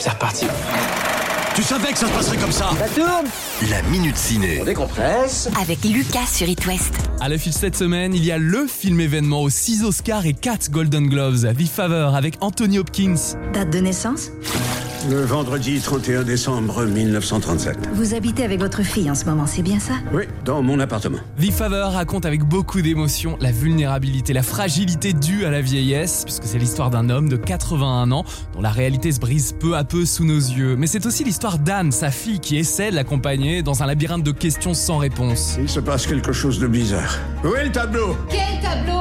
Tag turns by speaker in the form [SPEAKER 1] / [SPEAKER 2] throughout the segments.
[SPEAKER 1] C'est reparti.
[SPEAKER 2] Tu savais que ça se passerait comme ça
[SPEAKER 3] Ça tourne
[SPEAKER 2] La Minute Ciné.
[SPEAKER 3] On décompresse
[SPEAKER 4] Avec Lucas sur It West.
[SPEAKER 5] À l'affiche cette semaine, il y a le film événement aux 6 Oscars et 4 Golden Gloves, The Favor avec Anthony Hopkins.
[SPEAKER 6] Date de naissance
[SPEAKER 7] Le vendredi 31 décembre 1937.
[SPEAKER 6] Vous habitez avec votre fille en ce moment, c'est bien ça
[SPEAKER 7] Oui, dans mon appartement.
[SPEAKER 5] The Favor raconte avec beaucoup d'émotion la vulnérabilité, la fragilité due à la vieillesse, puisque c'est l'histoire d'un homme de 81 ans dont la réalité se brise peu à peu sous nos yeux. Mais c'est aussi l'histoire d'Anne, sa fille, qui essaie de l'accompagner dans un labyrinthe de questions sans réponse.
[SPEAKER 7] Il se passe quelque chose de bizarre. Où est le tableau
[SPEAKER 8] Quel tableau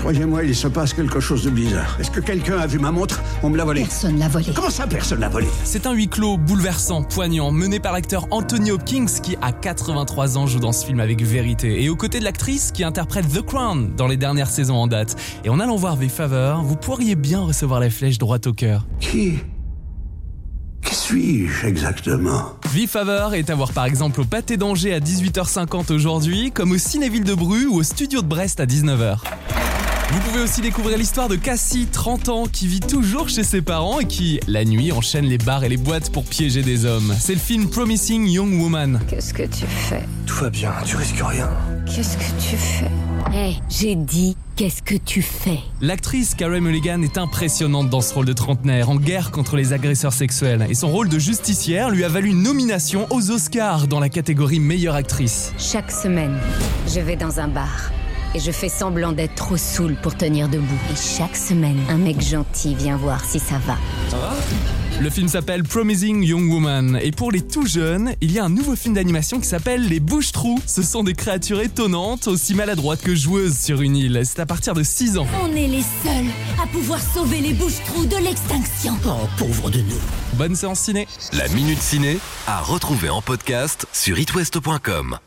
[SPEAKER 7] Croyez-moi, il se passe quelque chose de bizarre. Est-ce que quelqu'un a vu ma montre On me l'a volée.
[SPEAKER 6] Personne l'a volé.
[SPEAKER 7] Comment ça, personne l'a volée
[SPEAKER 5] C'est un huis clos bouleversant, poignant, mené par l'acteur Anthony Hopkins qui, à 83 ans, joue dans ce film avec vérité. Et aux côtés de l'actrice qui interprète The Crown dans les dernières saisons en date. Et en allant voir The Favor, vous pourriez bien recevoir la flèche droite au cœur.
[SPEAKER 7] Qui Qui suis-je exactement
[SPEAKER 5] The Favor est à voir par exemple au Pâté d'Angers à 18h50 aujourd'hui, comme au Cinéville de Bru ou au Studio de Brest à 19h. Vous pouvez aussi découvrir l'histoire de Cassie, 30 ans, qui vit toujours chez ses parents et qui, la nuit, enchaîne les bars et les boîtes pour piéger des hommes. C'est le film Promising Young Woman.
[SPEAKER 9] Qu'est-ce que tu fais
[SPEAKER 2] Tout va bien, tu risques rien.
[SPEAKER 9] Qu'est-ce que tu fais
[SPEAKER 4] Hé, j'ai dit, qu'est-ce que tu fais
[SPEAKER 5] L'actrice Carey Mulligan est impressionnante dans ce rôle de trentenaire, en guerre contre les agresseurs sexuels. Et son rôle de justicière lui a valu une nomination aux Oscars dans la catégorie meilleure actrice.
[SPEAKER 4] Chaque semaine, je vais dans un bar. Et je fais semblant d'être trop saoul pour tenir debout. Et chaque semaine, un mec gentil vient voir si ça va.
[SPEAKER 5] Le film s'appelle Promising Young Woman et pour les tout jeunes, il y a un nouveau film d'animation qui s'appelle Les Bouches-Trous. Ce sont des créatures étonnantes, aussi maladroites que joueuses sur une île. C'est à partir de 6 ans.
[SPEAKER 10] On est les seuls à pouvoir sauver les bouches-trous de l'extinction.
[SPEAKER 2] Oh, pauvre de nous.
[SPEAKER 5] Bonne séance ciné
[SPEAKER 2] La Minute Ciné à retrouver en podcast sur itwest.com.